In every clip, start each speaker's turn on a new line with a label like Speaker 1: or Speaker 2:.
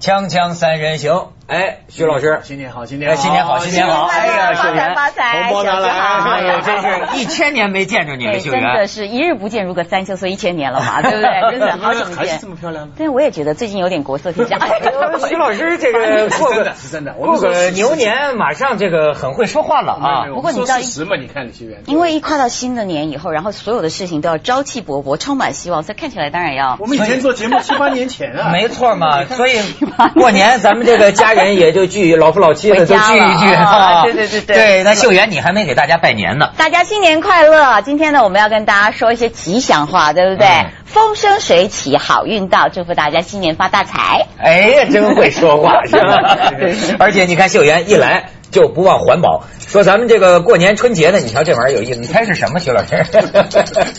Speaker 1: 锵锵三人行，哎，徐老师，
Speaker 2: 新年好，新
Speaker 1: 哎，
Speaker 2: 年好，
Speaker 1: 新年好，新年好，
Speaker 3: 新
Speaker 1: 哎
Speaker 3: 年
Speaker 1: 呀，
Speaker 3: 快乐
Speaker 1: 秀
Speaker 3: 发
Speaker 1: 媛，
Speaker 3: 大财，
Speaker 2: 红包拿
Speaker 3: 小
Speaker 2: 来
Speaker 1: 哎
Speaker 3: 学
Speaker 1: 呦， 真
Speaker 3: 好。
Speaker 1: 是一千年没见着你了，
Speaker 3: 对，
Speaker 1: 秀
Speaker 3: 真的
Speaker 2: 啊
Speaker 1: 媛。
Speaker 3: 是一日不见如隔三秋，所以一千年了嘛，对 不对？真是好久
Speaker 2: 还
Speaker 3: 不
Speaker 2: 是
Speaker 3: 见
Speaker 2: 这。么漂亮呢？
Speaker 3: 对，我也觉得最近有点国色 天香。
Speaker 1: 哎徐老师，这个过
Speaker 2: 真
Speaker 1: 个
Speaker 2: 的是真的，我
Speaker 1: 过
Speaker 2: 们说
Speaker 1: 个
Speaker 2: 是
Speaker 1: 牛。年，马上这个很会说话了啊
Speaker 2: 啊！！
Speaker 3: 不过你知道
Speaker 2: 知十嘛？你看李学员，
Speaker 3: 因为一跨到新的年以后，然后所有的事情都要朝气勃勃，充满希望，所以看起来当然要
Speaker 2: 我们以前做 节目七八年前啊，
Speaker 1: 没错嘛，所 以
Speaker 3: 吧
Speaker 1: 过年咱们这个家人也就聚，老夫老妻的
Speaker 3: 回
Speaker 1: 都
Speaker 3: 家
Speaker 1: 聚
Speaker 3: 了
Speaker 1: 一聚
Speaker 3: 啊
Speaker 1: 啊！
Speaker 3: 对对对对
Speaker 1: 对，那秀媛，你还没给大家拜年呢。
Speaker 3: 大家新年快乐！今天呢，我们要跟大家说一些吉祥话，对不对？
Speaker 1: 嗯
Speaker 3: 风生水起，好运到，祝福大家新年发大财。
Speaker 1: 哎呀，真会说话，是 吧
Speaker 3: 对？
Speaker 1: 而且你看秀媛一来就不忘环保，说咱们这个过年春节呢，你瞧这玩意儿有意思，你猜是什么？徐老 师，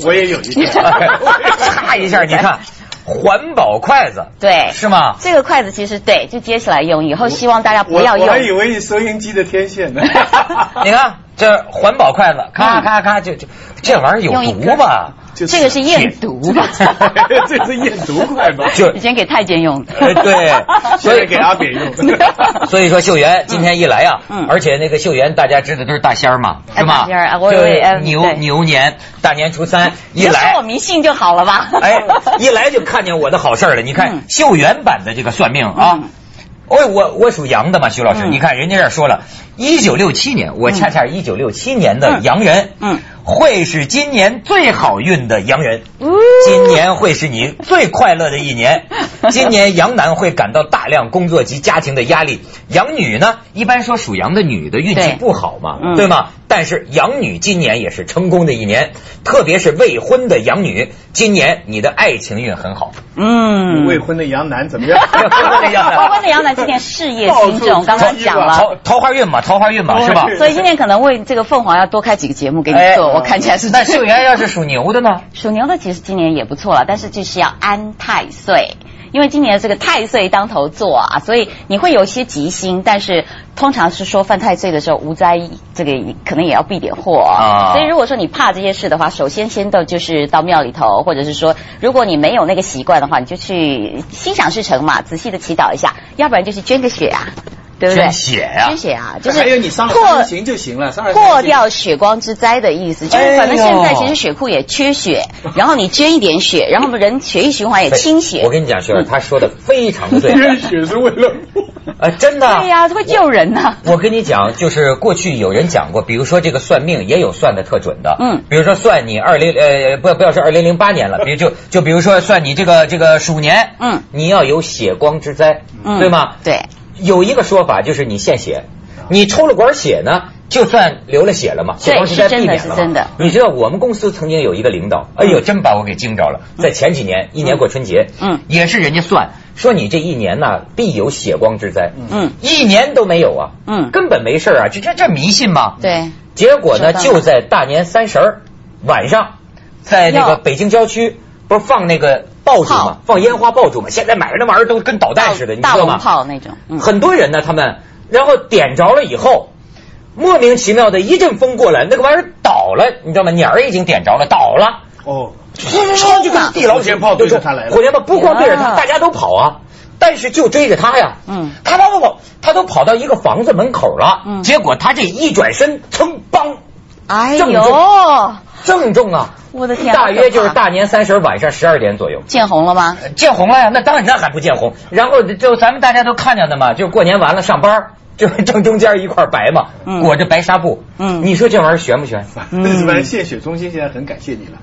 Speaker 2: 我也有一 天，
Speaker 1: 咔一下，你看环保筷子
Speaker 3: 对，
Speaker 1: 是 吗？
Speaker 3: 这个筷子其实对，就接起来用，以后希望大家不
Speaker 2: 我
Speaker 3: 要
Speaker 2: 我
Speaker 3: 用
Speaker 2: 还。以为是收音机的天线 呢。
Speaker 1: 你看这环保筷子，咔
Speaker 3: 嗯
Speaker 1: 咔咔，就就这玩意儿有
Speaker 3: 用一
Speaker 1: 毒吧？
Speaker 2: 就是
Speaker 3: 这个是验毒 吧？
Speaker 2: 这是验毒快吧？
Speaker 1: 就
Speaker 3: 以前给太监用的
Speaker 1: 呃，对
Speaker 2: 现在给阿扁 用。
Speaker 1: 所以说秀媛今天一来啊，
Speaker 3: 嗯
Speaker 1: 而且那个秀媛大家知道都是大仙儿嘛，
Speaker 3: 哎
Speaker 1: 是吧？
Speaker 3: 大仙儿啊我以
Speaker 1: 就
Speaker 3: 为哎
Speaker 1: 牛
Speaker 3: 对
Speaker 1: 牛年大年初三
Speaker 3: 你
Speaker 1: 一
Speaker 3: 就说
Speaker 1: 来
Speaker 3: 我，迷信就好了吧？
Speaker 1: 哎，一来就看见我的好事儿了。你
Speaker 3: 嗯
Speaker 1: 看秀媛版的这个算命啊
Speaker 3: 嗯，
Speaker 1: 我我我属羊的嘛，徐老师，
Speaker 3: 嗯
Speaker 1: 你看人家这说了，一九六七年，我恰恰一九六七年的羊人，
Speaker 3: 嗯嗯，
Speaker 1: 会是今年最好运的羊人。
Speaker 3: 呜
Speaker 1: 今年会是你最快乐的一 年。今年羊男会感到大量工作及家庭的压力，羊女呢，一般说属羊的女的运气
Speaker 3: 对
Speaker 1: 不好嘛，
Speaker 3: 嗯
Speaker 1: 对吗？但是羊女今年也是成功的一年，特别是未婚的羊女，今年你的爱情运很 好。
Speaker 3: 嗯，
Speaker 2: 未婚的杨楠怎么样？
Speaker 3: 未 婚的羊男今年事业心
Speaker 2: 到
Speaker 3: 重，
Speaker 2: 处
Speaker 3: 刚刚讲了。
Speaker 1: 桃桃花运嘛，桃花运嘛，是吧？
Speaker 2: 对
Speaker 3: 所以今年可能为这个凤凰要多开几个节目给你做，
Speaker 1: 哎
Speaker 3: 我看起来是
Speaker 1: 那秀媛要是属牛的呢？
Speaker 3: 属牛的其实今年也不错了，但是就是要安太岁，因为今年这个太岁当头坐啊，所以你会有一些吉星，但是通常是说犯太岁的时候无灾，这个可能也要避点祸
Speaker 1: 啊
Speaker 3: 啊。所以如果说你怕这些事的话，首先先到就是到庙里头，或者是说如果你没有那个习惯的话，你就去心想事成嘛，仔细的祈祷一下，要不然就去捐个血啊， 对不对？
Speaker 1: 捐血呀
Speaker 3: 捐血啊， 就是
Speaker 2: 还有你上了
Speaker 3: 破
Speaker 2: 三人行就行了，上了三人行
Speaker 3: 破 掉血光之灾的意思，就是反正
Speaker 1: 哎
Speaker 3: 现在其实血库也缺血， 然后你捐一点血，然后我们人血液循环也清
Speaker 1: 哎我
Speaker 3: 血。嗯啊
Speaker 1: 跟你讲，秀媛她说的非常的对，
Speaker 2: 捐血是为了
Speaker 1: 呃，真的。
Speaker 3: 对呀、这会救人呐、
Speaker 1: 我跟你讲，就是过去有人讲过，比如说这个算命也有算的特准的，
Speaker 3: 嗯，
Speaker 1: 比如说算你二零呃不不要说二零零八年了，比如就就比如说算你这个这个鼠年，
Speaker 3: 嗯，
Speaker 1: 你要有血光之灾，
Speaker 3: 嗯
Speaker 1: 对吗？
Speaker 3: 对，
Speaker 1: 有一个说法就是你献血，你抽了管血呢，就算流了血了嘛，
Speaker 3: 对
Speaker 1: 血光之灾避免
Speaker 3: 是
Speaker 1: 了嘛。
Speaker 3: 真的是
Speaker 1: 你知道我们公司曾经有一个领导，哎呦，真把我给惊着了。在前几年，一年过春节，
Speaker 3: 嗯
Speaker 1: 也是人家算说你这一年呐必有血光之灾，
Speaker 3: 嗯
Speaker 1: 一年都没有啊，
Speaker 3: 嗯
Speaker 1: 根本没事儿啊，这这这迷信吗？。
Speaker 3: 对，
Speaker 1: 结果呢，
Speaker 3: 知道
Speaker 1: 就在大年三十儿晚上，在那个
Speaker 3: 哟
Speaker 1: 北京郊区，不是放那个爆竹吗
Speaker 3: 炮？
Speaker 1: 放烟花爆竹吗？现在买那玩意儿都跟导弹似的，你知
Speaker 3: 大
Speaker 1: 道
Speaker 3: 龙
Speaker 1: 吗？
Speaker 3: 炮那种，嗯，
Speaker 1: 很多人呢，他们然后点着了以后，莫名其妙的一阵风过来，那个玩意儿倒了，你知道吗？鸟儿已经点着了，倒了，
Speaker 2: 哦，
Speaker 1: 唰就跟地老
Speaker 2: 火箭炮对着他来了
Speaker 1: 火箭炮不光对着他，
Speaker 3: 啊
Speaker 1: 大家都跑啊。但是就追着他呀，
Speaker 3: 嗯
Speaker 1: 他跑跑跑，他都跑到一个房子门口了，
Speaker 3: 嗯
Speaker 1: 结果他这一转身，噌，梆，
Speaker 3: 哎
Speaker 1: 正
Speaker 3: 呦，
Speaker 1: 正中啊，
Speaker 3: 我的天、
Speaker 1: 大约就是
Speaker 3: 好可怕
Speaker 1: 大年三十晚上十二点左右，
Speaker 3: 见红了吗？
Speaker 1: 呃见红了呀，那当然那还不见红。然后就咱们大家都看见的嘛，就是过年完了上班儿，就是 正中间一块白嘛，
Speaker 3: 嗯
Speaker 1: 裹着白纱布。
Speaker 3: 嗯
Speaker 1: 你说这玩意儿悬不 哎悬？
Speaker 2: 反正献血中心现在很感谢你了。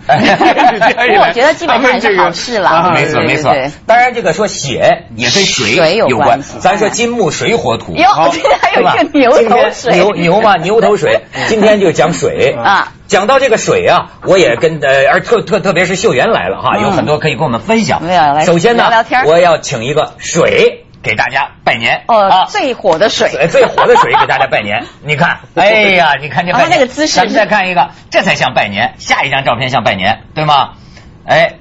Speaker 3: 我觉得基本上还是好事啦啊
Speaker 1: 没错
Speaker 3: 对
Speaker 1: 没
Speaker 3: 对
Speaker 1: 错
Speaker 3: 对。
Speaker 1: 当然，这个说血也跟水
Speaker 3: 水有
Speaker 1: 有
Speaker 3: 关
Speaker 1: 关
Speaker 3: 系。
Speaker 1: 咱说金木水火土，
Speaker 3: 哟
Speaker 1: 好，
Speaker 3: 还有
Speaker 1: 对吧
Speaker 3: 一个牛
Speaker 1: 今天
Speaker 3: 头水
Speaker 1: 牛牛嘛，牛头 水。今天就讲水
Speaker 3: 啊。
Speaker 1: 讲到这个水啊，我也跟呃，而特特特别是秀媛来了哈，
Speaker 3: 嗯
Speaker 1: 有很多可以跟我们分享
Speaker 3: 没有来。
Speaker 1: 首先呢
Speaker 3: 聊聊天，儿
Speaker 1: 我要请一个水给大家拜年
Speaker 3: 哦、
Speaker 1: 啊。
Speaker 3: 最火的水，
Speaker 1: 最最火的水给大家拜 年，你看，哎呀，你看这拜年
Speaker 3: 哦然后那个姿势
Speaker 1: 咱们再看一个，这才像拜年。下一张照片像拜年，对吗？哎，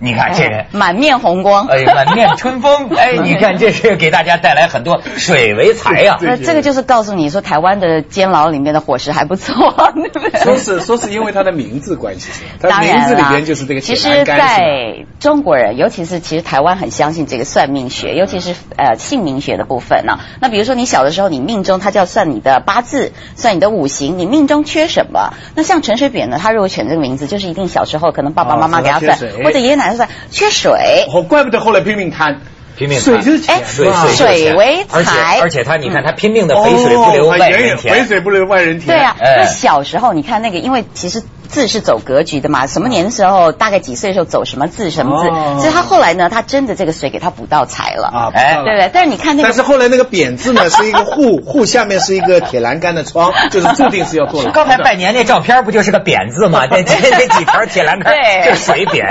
Speaker 1: 你
Speaker 3: 嗯
Speaker 1: 看这人。
Speaker 3: 满面红光。
Speaker 1: 哎，满面春风！ 哎，你看，这是给大家带来很多水为财啊呀、
Speaker 2: 对
Speaker 3: 那这个就是告诉你说，台湾的监牢里面的伙食还不错， 对不对？
Speaker 2: 说是说是因为他的名字关系，他
Speaker 3: 当
Speaker 2: 名
Speaker 3: 然
Speaker 2: 字里
Speaker 3: 啦
Speaker 2: 边就是这个
Speaker 3: 其
Speaker 2: 铁
Speaker 3: 实，
Speaker 2: 栏杆是吧
Speaker 3: 在中国人，尤其是其实台湾很相信这个算命学，尤其是呃姓名学的部分呢、那比如说你小的时候，你命中它就要算你的八字，算你的五行，你命中缺什么？那像陈水扁呢，他如果选这个名字，就是一定小时候可能爸爸妈妈
Speaker 2: 哦
Speaker 3: 给他
Speaker 2: 说
Speaker 3: 算，
Speaker 2: 他缺水
Speaker 3: 或者爷爷奶奶算缺水。
Speaker 2: 哦，怪不得后来拼命贪，
Speaker 1: 拼命
Speaker 2: 水就是
Speaker 1: 贪
Speaker 3: 哎
Speaker 2: 钱
Speaker 1: 水水
Speaker 2: 嘛
Speaker 1: 嗯就是钱
Speaker 3: 水为
Speaker 1: 而且
Speaker 3: 财
Speaker 1: 而且他你看他拼命的肥水不流
Speaker 2: 哦
Speaker 1: 外
Speaker 2: 远
Speaker 1: 人
Speaker 2: 肥
Speaker 1: 田，
Speaker 2: 水不流外人田。
Speaker 3: 对啊，
Speaker 1: 哎
Speaker 3: 那小时候你看那个，因为其实字是走格局的嘛，什么年时候，大概几岁的时候走什么字什么字，
Speaker 2: 哦
Speaker 3: 所以他后来呢，他真的这个水给他补到财了，
Speaker 2: 啊，
Speaker 1: 哎
Speaker 2: 不知道了
Speaker 3: 对不对？但是你看那
Speaker 2: 但是
Speaker 3: 个。
Speaker 2: 后来那个匾字呢，是一个户， 户下面是一个铁栏杆的 窗，就是注定是要坐牢的。
Speaker 1: 刚才拜年那照片不就是个匾字 吗？那这这几条铁栏杆，
Speaker 3: 对
Speaker 1: 这水匾，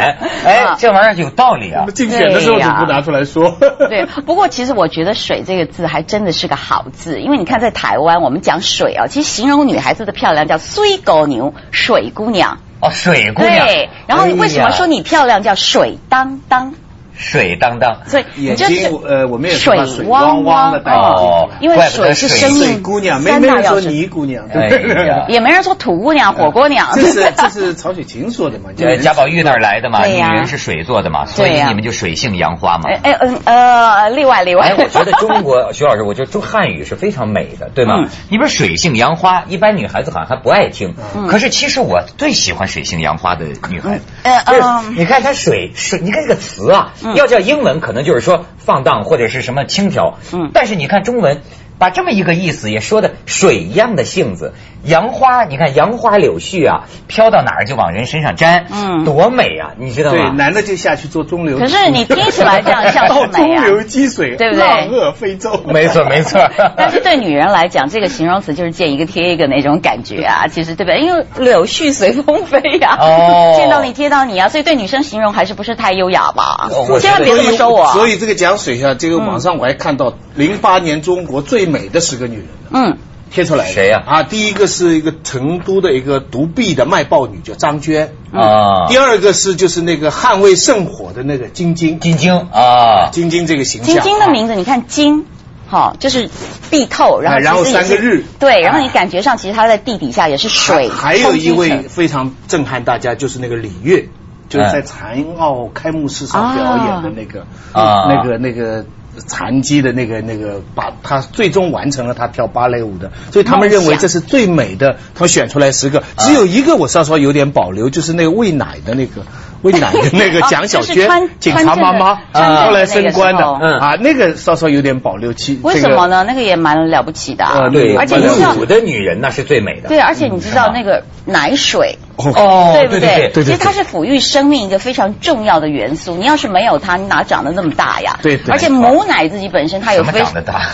Speaker 1: 哎
Speaker 3: 啊，
Speaker 1: 这玩意儿有道理啊
Speaker 2: 那么。竞选的时候就不拿出来说。
Speaker 3: 对，不过其实我觉得“水”这个字还真的是个好字，因为你看在台湾，我们讲水啊，其实形容女孩子的漂亮叫“水狗牛”，水姑娘。
Speaker 1: 哦，水姑娘，
Speaker 3: 对，然后为什么说
Speaker 1: 哎呀
Speaker 3: 你漂亮叫“水当当
Speaker 1: 水当当？”？
Speaker 3: 所以你
Speaker 2: 眼
Speaker 3: 就
Speaker 2: 睛
Speaker 3: 是，
Speaker 2: 呃，我们也说把水
Speaker 3: 水
Speaker 2: 汪汪的带进去
Speaker 1: 哦
Speaker 3: 因为
Speaker 1: 怪不得
Speaker 3: 水是
Speaker 1: 水
Speaker 3: 生
Speaker 2: 水
Speaker 3: 命
Speaker 2: 姑娘，没
Speaker 3: 哎三
Speaker 2: 没
Speaker 3: 大
Speaker 2: 人
Speaker 3: 要
Speaker 2: 说
Speaker 3: 素
Speaker 2: 尼姑娘，
Speaker 1: 哎
Speaker 2: 对
Speaker 1: 呀
Speaker 3: 也没人说土姑
Speaker 2: 嗯
Speaker 3: 娘、 火锅娘，
Speaker 2: 这是这是曹雪芹说 的嘛？
Speaker 1: 呃，贾宝玉那儿来的嘛，
Speaker 3: 对
Speaker 1: 女
Speaker 3: 呀
Speaker 1: 人是水做的嘛，所
Speaker 3: 对
Speaker 1: 以
Speaker 3: 呀
Speaker 1: 你们就水性杨花嘛。
Speaker 3: 哎哎嗯呃，例外例外。
Speaker 1: 哎，我觉得中国徐老师，我觉得中汉语是非常美的，对吗
Speaker 3: 嗯？
Speaker 1: 你比如水性杨花，一般女孩子好像还不爱听，
Speaker 3: 嗯
Speaker 1: 可是其实我最喜欢水性杨花的女孩子。
Speaker 3: 嗯呃
Speaker 1: 就是
Speaker 3: 嗯
Speaker 1: 你看它水水，你看这个词啊，
Speaker 3: 嗯
Speaker 1: 要叫英文可能就是说放荡或者是什么轻佻，
Speaker 3: 嗯
Speaker 1: 但是你看中文。把这么一个意思也说的水一样的性子，杨花，你看杨花柳絮啊，飘到哪儿就往人身上沾，
Speaker 3: 嗯
Speaker 1: 多美啊，你知道
Speaker 2: 对，
Speaker 1: 吗？
Speaker 2: 男的就下去做中流击。
Speaker 3: 可是你听起来这样像
Speaker 2: 到
Speaker 3: 是美
Speaker 2: 中
Speaker 3: 啊，
Speaker 2: 流击水，
Speaker 3: 对不对
Speaker 2: 浪遏飞舟。
Speaker 1: 没错没错
Speaker 3: 但是对女人来讲，这个形容词就是见一个贴一个那种感觉 啊，其实对不对？因为柳絮随风飞呀、
Speaker 1: 哦
Speaker 3: 见到你贴到你啊，所以对女生形容还是不是太优雅吧
Speaker 1: 哦我？觉
Speaker 3: 千
Speaker 1: 得
Speaker 3: 万别这么说我。
Speaker 2: 所以这个讲水啊，这个网上我还看到零八年中国最美的十个女人
Speaker 3: 嗯，
Speaker 2: 贴出来的。
Speaker 1: 谁呀
Speaker 2: 啊，第一个是一个成都的一个独臂的卖报女，叫张娟。
Speaker 3: 嗯
Speaker 1: 啊，
Speaker 2: 第二个是就是那个捍卫圣火的那个晶晶，
Speaker 1: 金晶啊，
Speaker 2: 晶晶这个形象
Speaker 3: 晶
Speaker 2: 啊。
Speaker 3: 晶的名字，你看晶。好、就是碧透，然后
Speaker 2: 哎然后
Speaker 3: 其实也是
Speaker 2: 三个日哎
Speaker 3: 对，然后你感觉上其实它在地底下也是水，
Speaker 2: 还还有一
Speaker 3: 冲
Speaker 2: 位
Speaker 3: 击
Speaker 2: 非常震撼大家，就是那个李月，就是在残奥开幕式上表演的那个、
Speaker 1: 嗯啊
Speaker 2: 那个那个残疾的那个那个，把他最终完成了他跳芭蕾舞的，所以他们认为这是最美的。他们选出来
Speaker 1: 啊
Speaker 2: 十个，只有一个我稍稍有点保留，就是那个喂奶的那个。喂奶的那个
Speaker 3: 啊
Speaker 2: 蒋小
Speaker 3: 就是
Speaker 2: 娟
Speaker 3: 穿，
Speaker 2: 警察妈妈，
Speaker 3: 穿正的
Speaker 2: 啊后来
Speaker 3: 穿正的
Speaker 2: 升
Speaker 3: 那个
Speaker 2: 官的
Speaker 3: 时候
Speaker 1: 嗯
Speaker 2: 啊，那个稍稍有点保留期。
Speaker 3: 为
Speaker 2: 这个
Speaker 3: 什么？呢？那个也蛮了不起的、啊
Speaker 2: 呃
Speaker 1: 对，
Speaker 3: 而且你
Speaker 1: 文
Speaker 3: 知道
Speaker 1: 武的女人那是最美的。
Speaker 3: 对，而且你知道那个奶水。
Speaker 1: 哦
Speaker 3: 对不
Speaker 1: 对
Speaker 3: 对？
Speaker 2: 对对
Speaker 3: 其实它是抚育生命一个非常重要的元素。你要是没有它，你哪长得那么大呀？
Speaker 2: 对对
Speaker 3: 而且母奶自己本身它有
Speaker 1: 什么
Speaker 3: 非？
Speaker 1: 长得大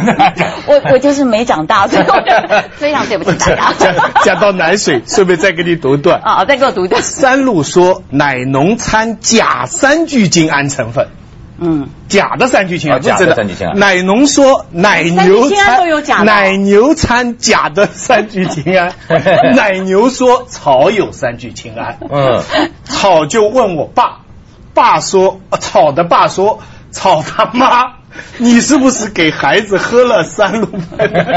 Speaker 3: 我我就是没长大，所以我就非常对不起大家。
Speaker 2: 讲讲讲到奶水，顺便再给你读一段。
Speaker 3: 啊，再给我读一段。
Speaker 2: 三鹿说，奶农掺假三聚氰胺成分，
Speaker 3: 嗯，
Speaker 2: 假的三聚氰
Speaker 1: 啊
Speaker 3: 哦
Speaker 2: 胺，不是真
Speaker 1: 假的三聚氰胺。
Speaker 2: 奶农说，奶牛
Speaker 3: 三聚氰胺
Speaker 2: 掺
Speaker 3: 都有假的
Speaker 2: 奶牛掺假的三聚氰 胺奶牛说草有三聚氰胺，
Speaker 1: 嗯，
Speaker 2: 草就问我爸，爸说呃草的爸说草他妈。你是不是给孩子喝了三鹿半 奶？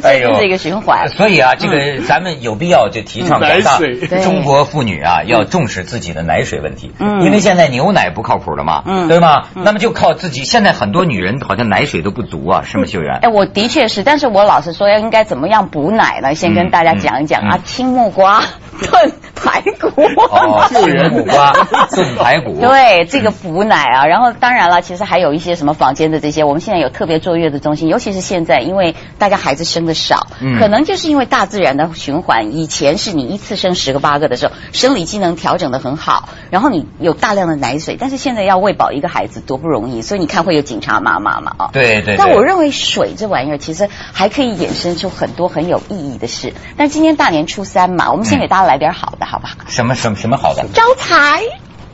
Speaker 3: 所以这是一个循环
Speaker 1: 哎
Speaker 3: 嗯
Speaker 1: 所以啊，这个咱们有必要就提倡广
Speaker 2: 嗯
Speaker 1: 大
Speaker 2: 奶水
Speaker 3: 对
Speaker 1: 中国妇女啊，要重视自己的奶水问题，
Speaker 3: 嗯
Speaker 1: 因为现在牛奶不靠谱了嘛，
Speaker 3: 嗯
Speaker 1: 对吗？那么就靠自己。现在很多女人好像奶水都不足啊，是吗，秀媛？
Speaker 3: 哎，我的确是，但是我老实说，要应该怎么样补奶呢？先跟大家讲一讲、
Speaker 1: 嗯嗯
Speaker 3: 啊，青木瓜炖排骨。
Speaker 1: 哦，吃 木瓜炖排骨，
Speaker 3: 对，这个补奶
Speaker 1: 嗯
Speaker 3: 啊，然后当然了，其实还有一些什么坊间的这些，我们现在有特别坐月子中心，尤其是现在，因为大家孩子生的少，
Speaker 1: 嗯
Speaker 3: 可能就是因为大自然的循环，以前是你一次生十个八个的时候，生理机能调整的很好，然后你有大量的奶水，但是现在要喂饱一个孩子多不容易，所以你看会有警察妈妈嘛啊。
Speaker 1: 对对对。
Speaker 3: 但我认为水这玩意儿其实还可以衍生出很多很有意义的事。但
Speaker 1: 嗯
Speaker 3: 今天大年初三嘛，我们先给大家来点好的，好不好？
Speaker 1: 什么什么什么好的？
Speaker 3: 招财。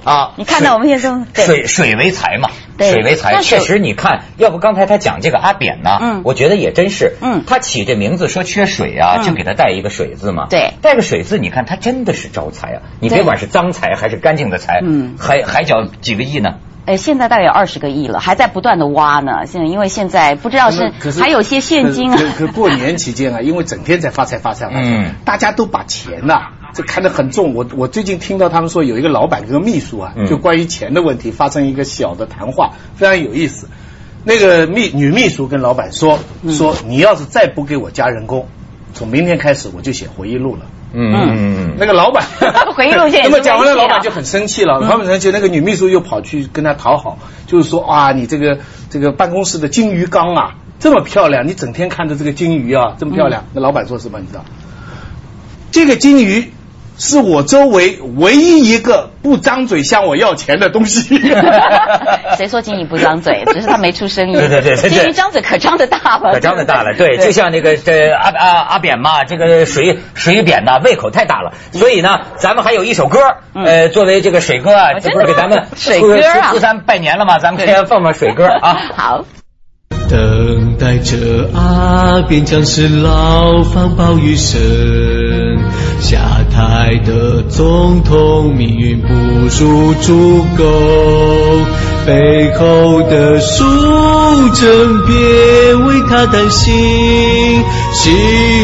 Speaker 1: 啊，
Speaker 3: 你看到我们现在都对
Speaker 1: 水水为财嘛，
Speaker 3: 对
Speaker 1: 水为财，
Speaker 3: 那
Speaker 1: 确
Speaker 3: 水
Speaker 1: 实你看，要不刚才他讲这个阿扁呢，
Speaker 3: 嗯
Speaker 1: 我觉得也真是，
Speaker 3: 嗯
Speaker 1: 他起这名字说缺水啊，
Speaker 3: 嗯
Speaker 1: 就给他带一个水字嘛，
Speaker 3: 对
Speaker 1: 带个水字，你看他真的是招财啊，你别
Speaker 3: 对
Speaker 1: 管是脏财还是干净的财，
Speaker 3: 嗯
Speaker 1: 还还缴几个亿呢，
Speaker 3: 呃，现在大概有二十个亿了，还在不断的挖呢。现在因为现在不知道是还有些现金啊
Speaker 2: 可。可可过年期间啊，因为整天在发财发财发财，
Speaker 1: 嗯
Speaker 2: 大家都把钱呐、这看得很重。我我最近听到他们说有一个老板跟秘书啊，
Speaker 1: 嗯
Speaker 2: 就关于钱的问题发生一个小的谈话，非常有意思。那个秘女秘书跟老板说
Speaker 3: 嗯
Speaker 2: 说，你要是再不给我加人工，从明天开始我就写回忆录了。
Speaker 1: 嗯
Speaker 2: 那个老板
Speaker 3: 啊回忆录现
Speaker 2: 那
Speaker 3: 在
Speaker 2: 么讲完了，
Speaker 3: 已
Speaker 2: 老
Speaker 3: 经没有
Speaker 2: 板就很生气了。
Speaker 3: 嗯
Speaker 2: 老板生气，那个女秘书又跑去跟他讨好，就是说啊，你这个这个办公室的金鱼缸啊，这么漂亮，你整天看着这个金鱼啊，这么漂亮。
Speaker 3: 嗯
Speaker 2: 那老板说什么？你知道？这个金鱼是我周围唯一一个不张嘴向我要钱的东西。
Speaker 3: 谁说金鱼不 张嘴？只是他没出声音。
Speaker 1: 对对对对对
Speaker 3: 金鱼张嘴可张得大了，
Speaker 1: 可张得大了，对，就像那个这阿阿阿扁嘛，这个水水扁呐，胃口太大了，所以呢，咱们还有一首歌，
Speaker 3: 嗯
Speaker 1: 呃，作为这个水哥啊，
Speaker 3: 哦
Speaker 1: 这
Speaker 3: 真的
Speaker 1: 不是给咱们
Speaker 3: 吗水歌啊
Speaker 1: 初三拜年了嘛，咱们给他放放水歌啊。
Speaker 3: 好。
Speaker 4: 等待着阿扁将是牢房暴雨声，下台的总统命运不如猪狗，背后的淑珍别为他担心，牺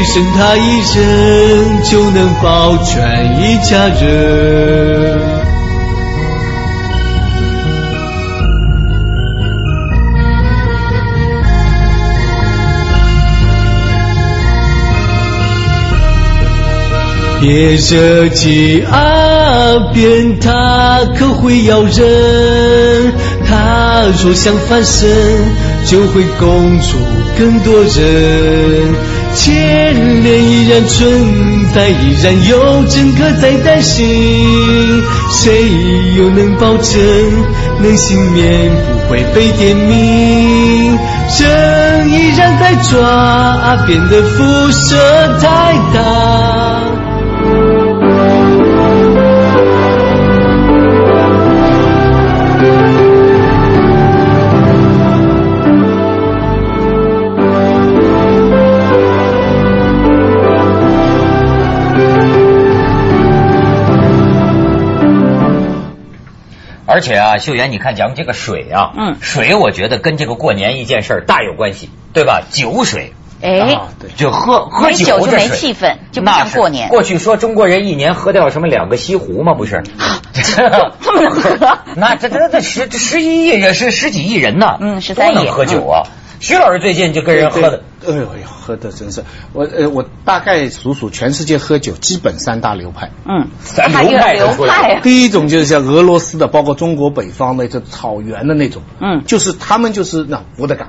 Speaker 4: 牲他一人就能保全一家人。别设计阿扁，他可会咬人。他若想翻身，就会拱出更多人。牵连依然存在，依然有整个在担心。谁又能保证能幸免不会被点名？正依然在抓，阿扁的辐射太大。
Speaker 1: 而且啊，秀妍，你看咱们这个水啊，
Speaker 3: 嗯
Speaker 1: 水我觉得跟这个过年一件事儿大有关系，对吧？酒水。
Speaker 3: 哎，
Speaker 2: 啊对
Speaker 1: 就喝喝
Speaker 3: 没酒
Speaker 1: 酒
Speaker 3: 就
Speaker 1: 这
Speaker 3: 没
Speaker 1: 水
Speaker 3: 气氛就不
Speaker 1: 那
Speaker 3: 像
Speaker 1: 是
Speaker 3: 过年
Speaker 1: 过去说中国人一年喝掉什么两个西湖吗？不 是，
Speaker 3: 这么能喝
Speaker 1: 那这这这十这十一亿人是十几亿人呢，
Speaker 3: 嗯13亿
Speaker 1: 都能喝酒啊。徐老师最近就跟人喝的，
Speaker 2: 对，哎呦哎呦，喝的真是我呃，我大概数数，全世界喝酒基本三大流派。
Speaker 3: 嗯，
Speaker 1: 咱
Speaker 3: 还有
Speaker 1: 流派都
Speaker 3: 流
Speaker 1: 出来了
Speaker 3: 派啊，
Speaker 2: 第一种就是像俄罗斯的，包括中国北方的这草原的那种，
Speaker 3: 嗯
Speaker 2: 就是他们就是那伏特嘎，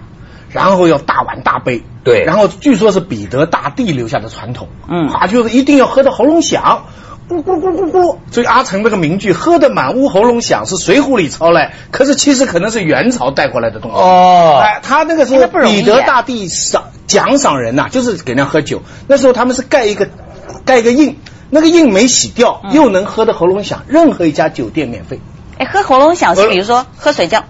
Speaker 2: 然后要大碗大杯，
Speaker 1: 对
Speaker 2: 然后据说是彼得大帝留下的传统，
Speaker 3: 嗯
Speaker 2: 啊，就是一定要喝的喉咙响。咕咕咕咕咕，所以阿成这个名句“喝得满屋喉咙响”是《水浒》里抄来，可是其实可能是元朝带过来的东西。
Speaker 1: 哦
Speaker 2: 哎，他那个时
Speaker 3: 哎
Speaker 2: 候
Speaker 3: 那不容易
Speaker 2: 彼得大帝赏奖赏人呐、就是给人家喝酒。那时候他们是盖一个盖一个印，那个印没洗掉，
Speaker 3: 嗯
Speaker 2: 又能喝的喉咙响，任何一家酒店免费。
Speaker 3: 哎，喝喉咙
Speaker 1: 呃
Speaker 3: 响是比如说喝水这样，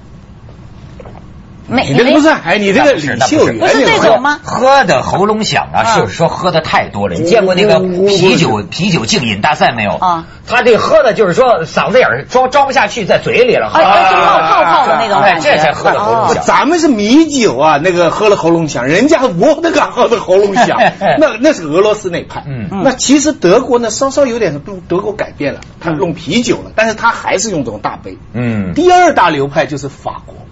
Speaker 3: 没
Speaker 2: 你这个不是，
Speaker 3: 没
Speaker 2: 哎，你这个
Speaker 1: 那不是
Speaker 2: 李
Speaker 1: 那不是
Speaker 2: 秀媛
Speaker 3: 不是
Speaker 2: 有
Speaker 3: 这
Speaker 2: 喝
Speaker 3: 种吗
Speaker 1: 喝的喉咙响啊，
Speaker 3: 啊
Speaker 1: 就是说喝的太多了。你见过那个
Speaker 2: 嗯
Speaker 1: 啤酒啤酒竞饮大赛没有？
Speaker 3: 啊，
Speaker 1: 他这喝的就是说嗓子眼儿装装不下去，在嘴里了，
Speaker 3: 哎哎就冒泡泡的
Speaker 1: 啊
Speaker 3: 那种
Speaker 1: 哎
Speaker 3: 感觉啊
Speaker 1: 这才喝的喉咙响。，
Speaker 2: 咱们是米酒啊，那个喝了喉咙响，人家我那个喝的喉咙响那那是俄罗斯那派。
Speaker 1: 嗯
Speaker 3: 嗯
Speaker 2: 那其实德国呢，稍稍有点德德国改变了，他用啤酒了，但是他还是用这种大杯。
Speaker 1: 嗯，
Speaker 2: 第二大流派就是法国，
Speaker 3: 嗯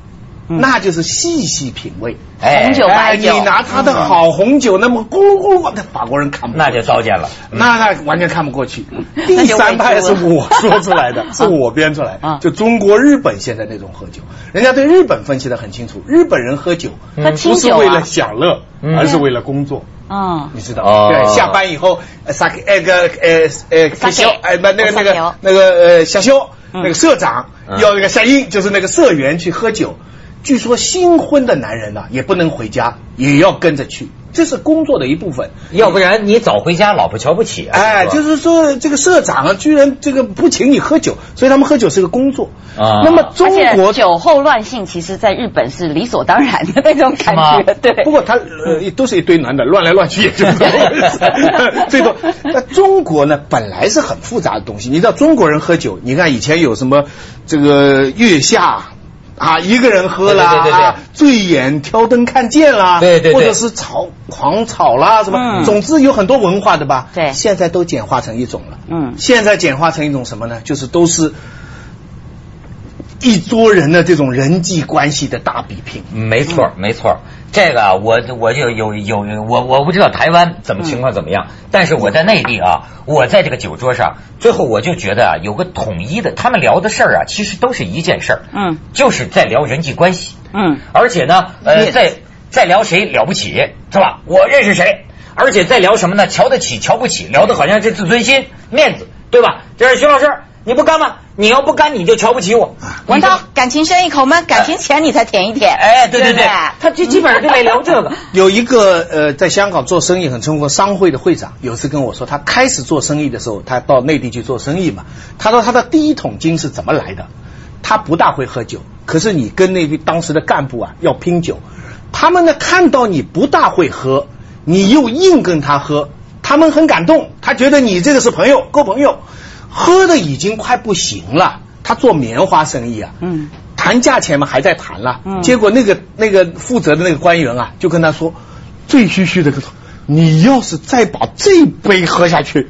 Speaker 2: 那就是细细品味。
Speaker 1: 哎
Speaker 3: 红酒白
Speaker 2: 你拿他的好红酒，那么咕噜咕噜，那法国人看不，
Speaker 1: 那就糟践了。
Speaker 2: 那那完全看不过去。
Speaker 3: 嗯那
Speaker 2: 第
Speaker 3: 就
Speaker 2: 三派
Speaker 3: 喂
Speaker 2: 是
Speaker 3: 猪了
Speaker 2: 我说出来 的，是我编出来
Speaker 3: 啊
Speaker 2: 的，就中国、日本现在那种喝酒，人家对日本分析的很清楚，日本人喝酒
Speaker 3: 喝
Speaker 2: 不
Speaker 3: 清
Speaker 2: 是
Speaker 3: 酒
Speaker 2: 为了
Speaker 3: 啊，
Speaker 2: 享乐，
Speaker 1: 嗯
Speaker 2: 而是为了工作。
Speaker 3: 嗯，
Speaker 2: 你知道
Speaker 1: 哦
Speaker 2: 吗？对，下班以后，呃，萨克，那个，呃，呃，
Speaker 3: 萨克
Speaker 2: 小，哎，不，那个，那
Speaker 3: 萨克
Speaker 2: 个
Speaker 3: 哦，
Speaker 2: 那个，呃，小修，
Speaker 3: 嗯
Speaker 2: 那个社长
Speaker 1: 嗯
Speaker 2: 要那个夏英，就是那个社员去喝酒。据说新婚的男人呢，也不能回家，也要跟着去。这是工作的一部分。
Speaker 1: 要不然你早回家，老婆瞧不起啊。
Speaker 2: 哎，就是是说这个社长啊，居然这个不请你喝酒，所以他们喝酒是个工作。
Speaker 1: 啊
Speaker 2: 那么中
Speaker 3: 而且
Speaker 2: 国
Speaker 3: 酒后乱性，其实在日本是理所当然的那种感
Speaker 1: 是
Speaker 3: 觉
Speaker 1: 吗，
Speaker 3: 对。
Speaker 2: 不过他呃都是一堆男的乱来乱去，也就是 这么回事最多。那中国呢，本来是很复杂的东西。你知道中国人喝酒，你看以前有什么这个月下。啊，一个人喝啦，
Speaker 1: 对对对对对
Speaker 2: 啊醉眼挑灯看剑啦，
Speaker 1: 对对对
Speaker 2: 或者是吵狂吵啦，什么，
Speaker 3: 嗯
Speaker 2: 总之有很多文化的吧。
Speaker 3: 对
Speaker 2: 现在都简化成一种了。
Speaker 3: 嗯
Speaker 2: 现在简化成一种什么呢？就是都是一桌人的这种人际关系的大比拼。
Speaker 1: 没错儿，没错儿。这个啊我我就有有有我我不知道台湾怎么情况怎么样，但是我在内地啊，我在这个酒桌上，最后我就觉得啊，有个统一的，他们聊的事儿啊，其实都是一件事儿，
Speaker 3: 嗯
Speaker 1: 就是在聊人际关系，
Speaker 3: 嗯，
Speaker 1: 而且呢，
Speaker 2: 面
Speaker 1: 呃，
Speaker 2: 子
Speaker 1: 在在聊谁了不起是吧？我认识谁，而且在聊什么呢？瞧得起，瞧不起，聊的好像是自尊心、面子，对吧？这是徐老师，你不干吗？你要不啊干，你就瞧不起我。
Speaker 3: 文涛，感情深一口
Speaker 2: 哎
Speaker 3: 闷，感情浅你才舔一舔。
Speaker 1: 哎，对对
Speaker 3: 不
Speaker 1: 对，他就基本上就来聊这个。
Speaker 2: 有一个呃，在香港做生意很成功的商会的会长，有次跟我说，他开始做生意的时候，他到内地去做生意嘛，他说他的第一桶金是怎么来的？他不大会喝酒，可是你跟那个当时的干部啊要拼酒，他们呢看到你不大会喝，你又硬跟他喝，他们很感动，他觉得你这个是朋友，够朋友，喝的已经快不行了。他做棉花生意啊，
Speaker 3: 嗯
Speaker 2: 谈价钱嘛，还在谈了。
Speaker 3: 嗯
Speaker 2: 结果那个那个负责的那个官员啊，就跟他说，醉醺醺的跟他说，你要是再把这杯喝下去，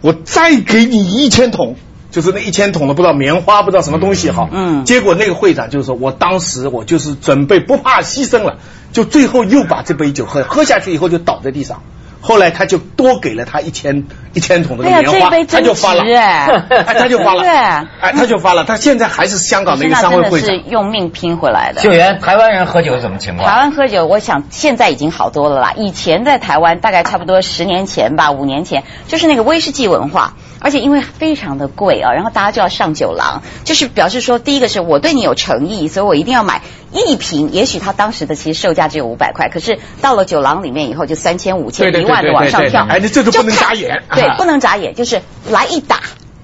Speaker 2: 我再给你一千桶。就是那一千桶的不知道棉花不知道什么东西好，
Speaker 3: 嗯
Speaker 2: 结果那个会长就说，我当时我就是准备不怕牺牲了，就最后又把这杯酒喝喝下去以后就倒在地上，后来他就多给了他一千一千桶的
Speaker 3: 哎呀，
Speaker 2: 棉
Speaker 3: 这
Speaker 2: 花，
Speaker 3: 一杯
Speaker 2: 他
Speaker 3: 真
Speaker 2: 就
Speaker 3: 值
Speaker 2: 发了，
Speaker 3: 哎，
Speaker 2: 哎，他就发了，
Speaker 3: 对
Speaker 2: 哎，他就发了，他现在还是香港那
Speaker 3: 现
Speaker 2: 个
Speaker 3: 在
Speaker 2: 商会
Speaker 3: 真的
Speaker 2: 会长
Speaker 3: 是。用命拼回来的。
Speaker 1: 秀媛，台湾人喝酒怎么情
Speaker 3: 台
Speaker 1: 况？
Speaker 3: 湾喝酒，我想现在已经好多了啦。以前在台湾，大概差不多十年前吧，五年前，就是那个威士忌文化，而且因为非常的贵啊，然后大家就要上酒廊，就是表示说，第一个是我对你有诚意，所以我一定要买一瓶。也许他当时的其实售价只有五百块，可是到了酒廊里面以后，就三千、五
Speaker 2: 对
Speaker 3: 千、
Speaker 2: 对
Speaker 3: 一
Speaker 2: 对
Speaker 3: 万的往上
Speaker 2: 对对对
Speaker 3: 跳。
Speaker 2: 哎你这就不能
Speaker 3: 就看
Speaker 2: 眨眼
Speaker 3: 对
Speaker 2: 啊，，
Speaker 3: 不能眨眼，就是来一打。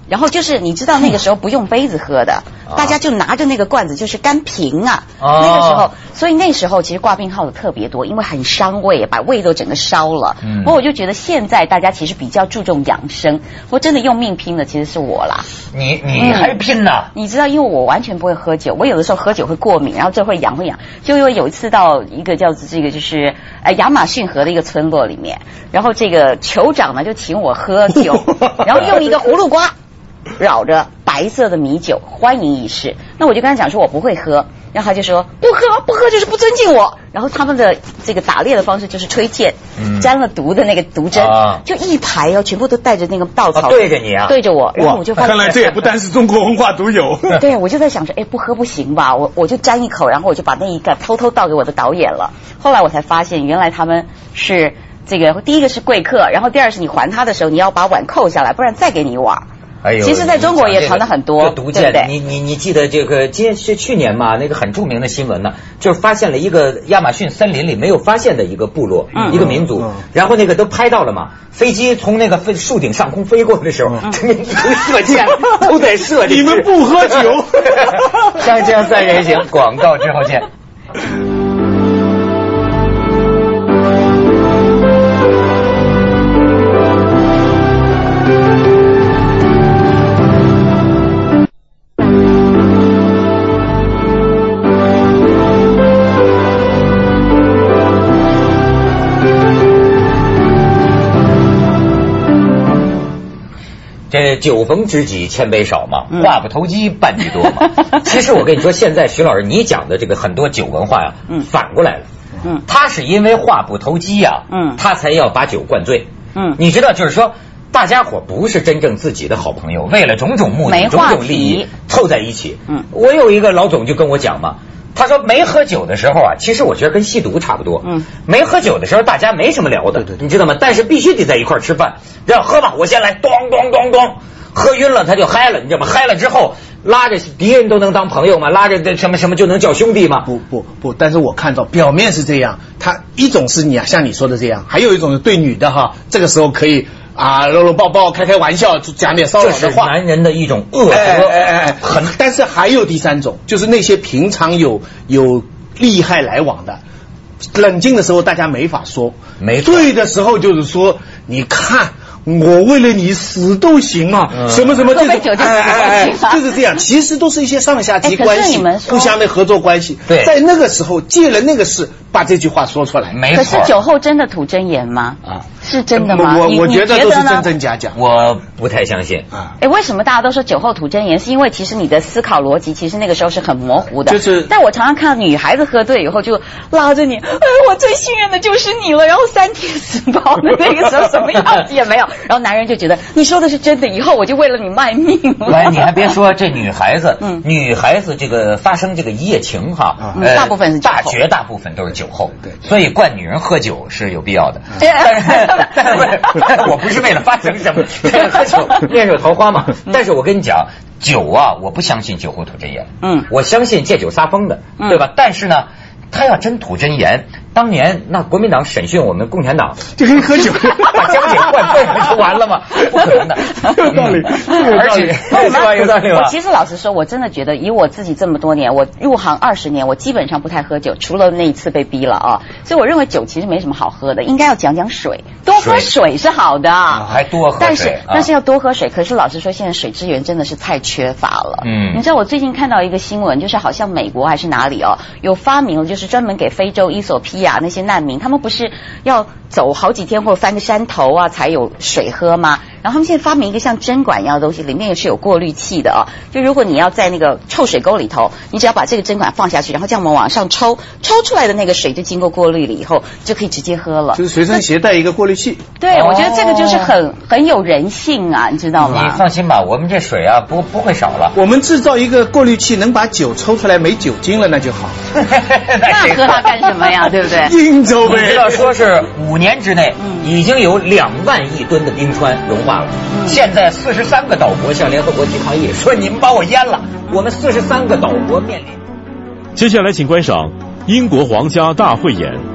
Speaker 3: 然后就是你知道那个时候不用杯子喝的，
Speaker 1: 啊
Speaker 3: 大家就拿着那个罐子就是干瓶啊，
Speaker 1: 哦
Speaker 3: 那个时候所以那时候其实挂病号的特别多，因为很伤胃，把胃都整个烧了。
Speaker 1: 嗯
Speaker 3: 不过我就觉得现在大家其实比较注重养生，我真的用命拼的其实是我啦。
Speaker 1: 你你
Speaker 3: 嗯
Speaker 1: 还拼呢？
Speaker 3: 你知道，因为我完全不会喝酒，我有的时候喝酒会过敏，然后这会痒会痒。就因为有一次到一个叫做这个就是呃亚马逊河的一个村落里面，然后这个酋长呢就请我喝酒然后用一个葫芦瓜绕着白色的米酒欢迎仪式。那我就跟他讲说我不会喝，然后他就说不喝不喝就是不尊敬我。然后他们的这个打猎的方式就是吹箭，
Speaker 1: 嗯
Speaker 3: 沾了毒的那个毒针，
Speaker 1: 啊
Speaker 3: 就一排哦，全部都带着那个稻草、
Speaker 1: 啊对着你啊
Speaker 3: 对着我，然后我就发现
Speaker 2: 看来这也不单是中国文化独有。
Speaker 3: 对，我就在想着，哎，不喝不行吧？我我就沾一口，然后我就把那一个偷偷倒给我的导演了。后来我才发现，原来他们是这个第一个是贵客，然后第二是你还他的时候，你要把碗扣下来，不然再给你一碗。
Speaker 1: 哎呦，
Speaker 3: 其实在中国也传得很多
Speaker 1: 这毒
Speaker 3: 对
Speaker 1: 箭，
Speaker 3: 不对
Speaker 1: 你你你记得这个？今天是去年嘛，那个很著名的新闻呢，就是发现了一个亚马逊森林里没有发现的一个部落，
Speaker 3: 嗯
Speaker 1: 一个民族、
Speaker 2: 嗯
Speaker 1: 然后那个都拍到了嘛，飞机从那个飞树顶上空飞过的时候，
Speaker 3: 嗯
Speaker 1: 这民族射 箭都在射进去。
Speaker 2: 你们不喝酒
Speaker 1: 锵锵三人行，广告之后见。这酒逢知己千杯少嘛，
Speaker 3: 嗯
Speaker 1: 话不投机半句多 嘛。其实我跟你说，现在徐老师你讲的这个很多酒文化呀、
Speaker 3: 嗯
Speaker 1: 反过来了。
Speaker 3: 嗯
Speaker 1: 他是因为话不投机呀、
Speaker 3: 嗯
Speaker 1: 他才要把酒灌醉。
Speaker 3: 嗯
Speaker 1: 你知道，就是说，大家伙不是真正自己的好朋友，为了种种目的、
Speaker 3: 没
Speaker 1: 种
Speaker 3: 话
Speaker 1: 种利益
Speaker 3: 题
Speaker 1: 凑在一起。
Speaker 3: 嗯
Speaker 1: 我有一个老总就跟我讲嘛。他说没喝酒的时候啊，其实我觉得跟吸毒差不多。
Speaker 3: 嗯，
Speaker 1: 没喝酒的时候大家没什么聊的，
Speaker 2: 对对对
Speaker 1: 你知道吗？但是必须得在一块儿吃饭，让喝吧，我先来，咚咚咚咚，喝晕了他就嗨了，你知道吗？嗨了之后拉着敌人都能当朋友吗？拉着这什么什么就能叫兄弟吗？
Speaker 2: 不不不，但是我看到表面是这样，他一种是你啊，像你说的这样，还有一种是对女的哈，这个时候可以啊搂搂抱抱、开开玩笑，讲
Speaker 3: 哦
Speaker 2: 点骚
Speaker 1: 这
Speaker 2: 扰的
Speaker 1: 是
Speaker 2: 话。
Speaker 1: 男人的一种恶
Speaker 2: 哎
Speaker 1: 德，
Speaker 2: 哎哎哎，很。但是还有第三种，就是那些平常有有利害来往的，冷静的时候大家没法说，
Speaker 1: 没错
Speaker 2: 对的时候就是说，你看。我为了你死都行啊，
Speaker 1: 嗯
Speaker 2: 什么什么这
Speaker 3: 喝杯酒
Speaker 2: 种，哎
Speaker 3: 就死都行啊
Speaker 2: 就是这样，其实都是一些上下级
Speaker 3: 哎可是
Speaker 2: 关系
Speaker 3: 你们，说
Speaker 2: 互相的合作关系。
Speaker 1: 对
Speaker 2: 在那个时候借了那个势，把这句话说出来。
Speaker 1: 没
Speaker 3: 可
Speaker 1: 错
Speaker 3: 是酒后真的吐真言吗？
Speaker 1: 啊，
Speaker 3: 是真的吗？
Speaker 2: 我
Speaker 3: 你
Speaker 2: 我
Speaker 3: 你
Speaker 2: 觉得都是
Speaker 3: 呢
Speaker 2: 真真假假
Speaker 1: 我不太相信。
Speaker 2: 啊。
Speaker 3: 哎，为什么大家都说酒后吐真言？是因为其实你的思考逻辑其实那个时候是很模糊的。
Speaker 2: 就是
Speaker 3: 但我常常看到女孩子喝醉以后就拉着你，哎，我最信任的就是你了，然后三天死保的那个时候什么样子也没有，然后男人就觉得你说的是真的，以后我就为了你卖命 了。
Speaker 1: 喂，你还别说，这女孩子，
Speaker 3: 嗯
Speaker 1: 女孩子这个发生这个一夜情哈，呃
Speaker 3: 嗯大部分是酒后
Speaker 1: 大绝大部分都是酒后，
Speaker 2: 对
Speaker 1: 所以灌女人喝酒是有必要 的。
Speaker 3: 对
Speaker 1: 但是，但是但是我不是为了发生什么，喝 酒烈酒桃花嘛。
Speaker 3: 嗯
Speaker 1: 但是我跟你讲，酒啊，我不相信酒后吐真言，
Speaker 3: 嗯
Speaker 1: 我相信借酒撒疯的，
Speaker 3: 嗯
Speaker 1: 对吧？但是呢。他要真吐真言，当年那国民党审讯我们共产党，
Speaker 2: 就可以喝酒，
Speaker 1: 把江姐灌醉了就完了 吗？不可能的，嗯
Speaker 2: 有道理有道理
Speaker 1: 而且是吧？哎有道理吧
Speaker 3: 我？其实老实说，我真的觉得以我自己这么多年，我入行二十年，我基本上不太喝酒，除了那一次被逼了啊。所以我认为酒其实没什么好喝的，应该要讲讲水，多喝水是好的，
Speaker 1: 还多喝水
Speaker 3: 但是、
Speaker 1: 啊
Speaker 3: 但是要多喝水。可是老实说，现在水资源真的是太缺乏了。
Speaker 1: 嗯
Speaker 3: 你知道我最近看到一个新闻，就是好像美国还是哪里哦，有发明了，就是专门给非洲、伊索比亚那些难民，他们不是要走好几天或者翻个山头啊才有水喝吗？然后他们现在发明一个像针管一样的东西，里面也是有过滤器的哦。就如果你要在那个臭水沟里头，你只要把这个针管放下去，然后这样我们往上抽，抽出来的那个水就经过过滤了以后，就可以直接喝了
Speaker 2: 就。是随身携带一个过滤器。
Speaker 3: 对，
Speaker 1: 哦
Speaker 3: 我觉得这个就是很很有人性啊，你知道
Speaker 1: 你
Speaker 3: 吗？
Speaker 1: 放心吧，我们这水啊不不会少了。
Speaker 2: 我们制造一个过滤器，能把酒抽出来没酒精了，那就好。
Speaker 3: 那
Speaker 1: 那
Speaker 3: 喝它干什么呀？对不 对？
Speaker 2: 应酬
Speaker 1: 你
Speaker 2: 呗
Speaker 1: 知。道说是五年之内
Speaker 3: 嗯
Speaker 1: 已经有两万亿吨的冰川融化了，现在四十三个岛国向联合国提抗议，说你们把我淹了，我们四十三个岛国面临。
Speaker 5: 接下来，请观赏英国皇家大汇演《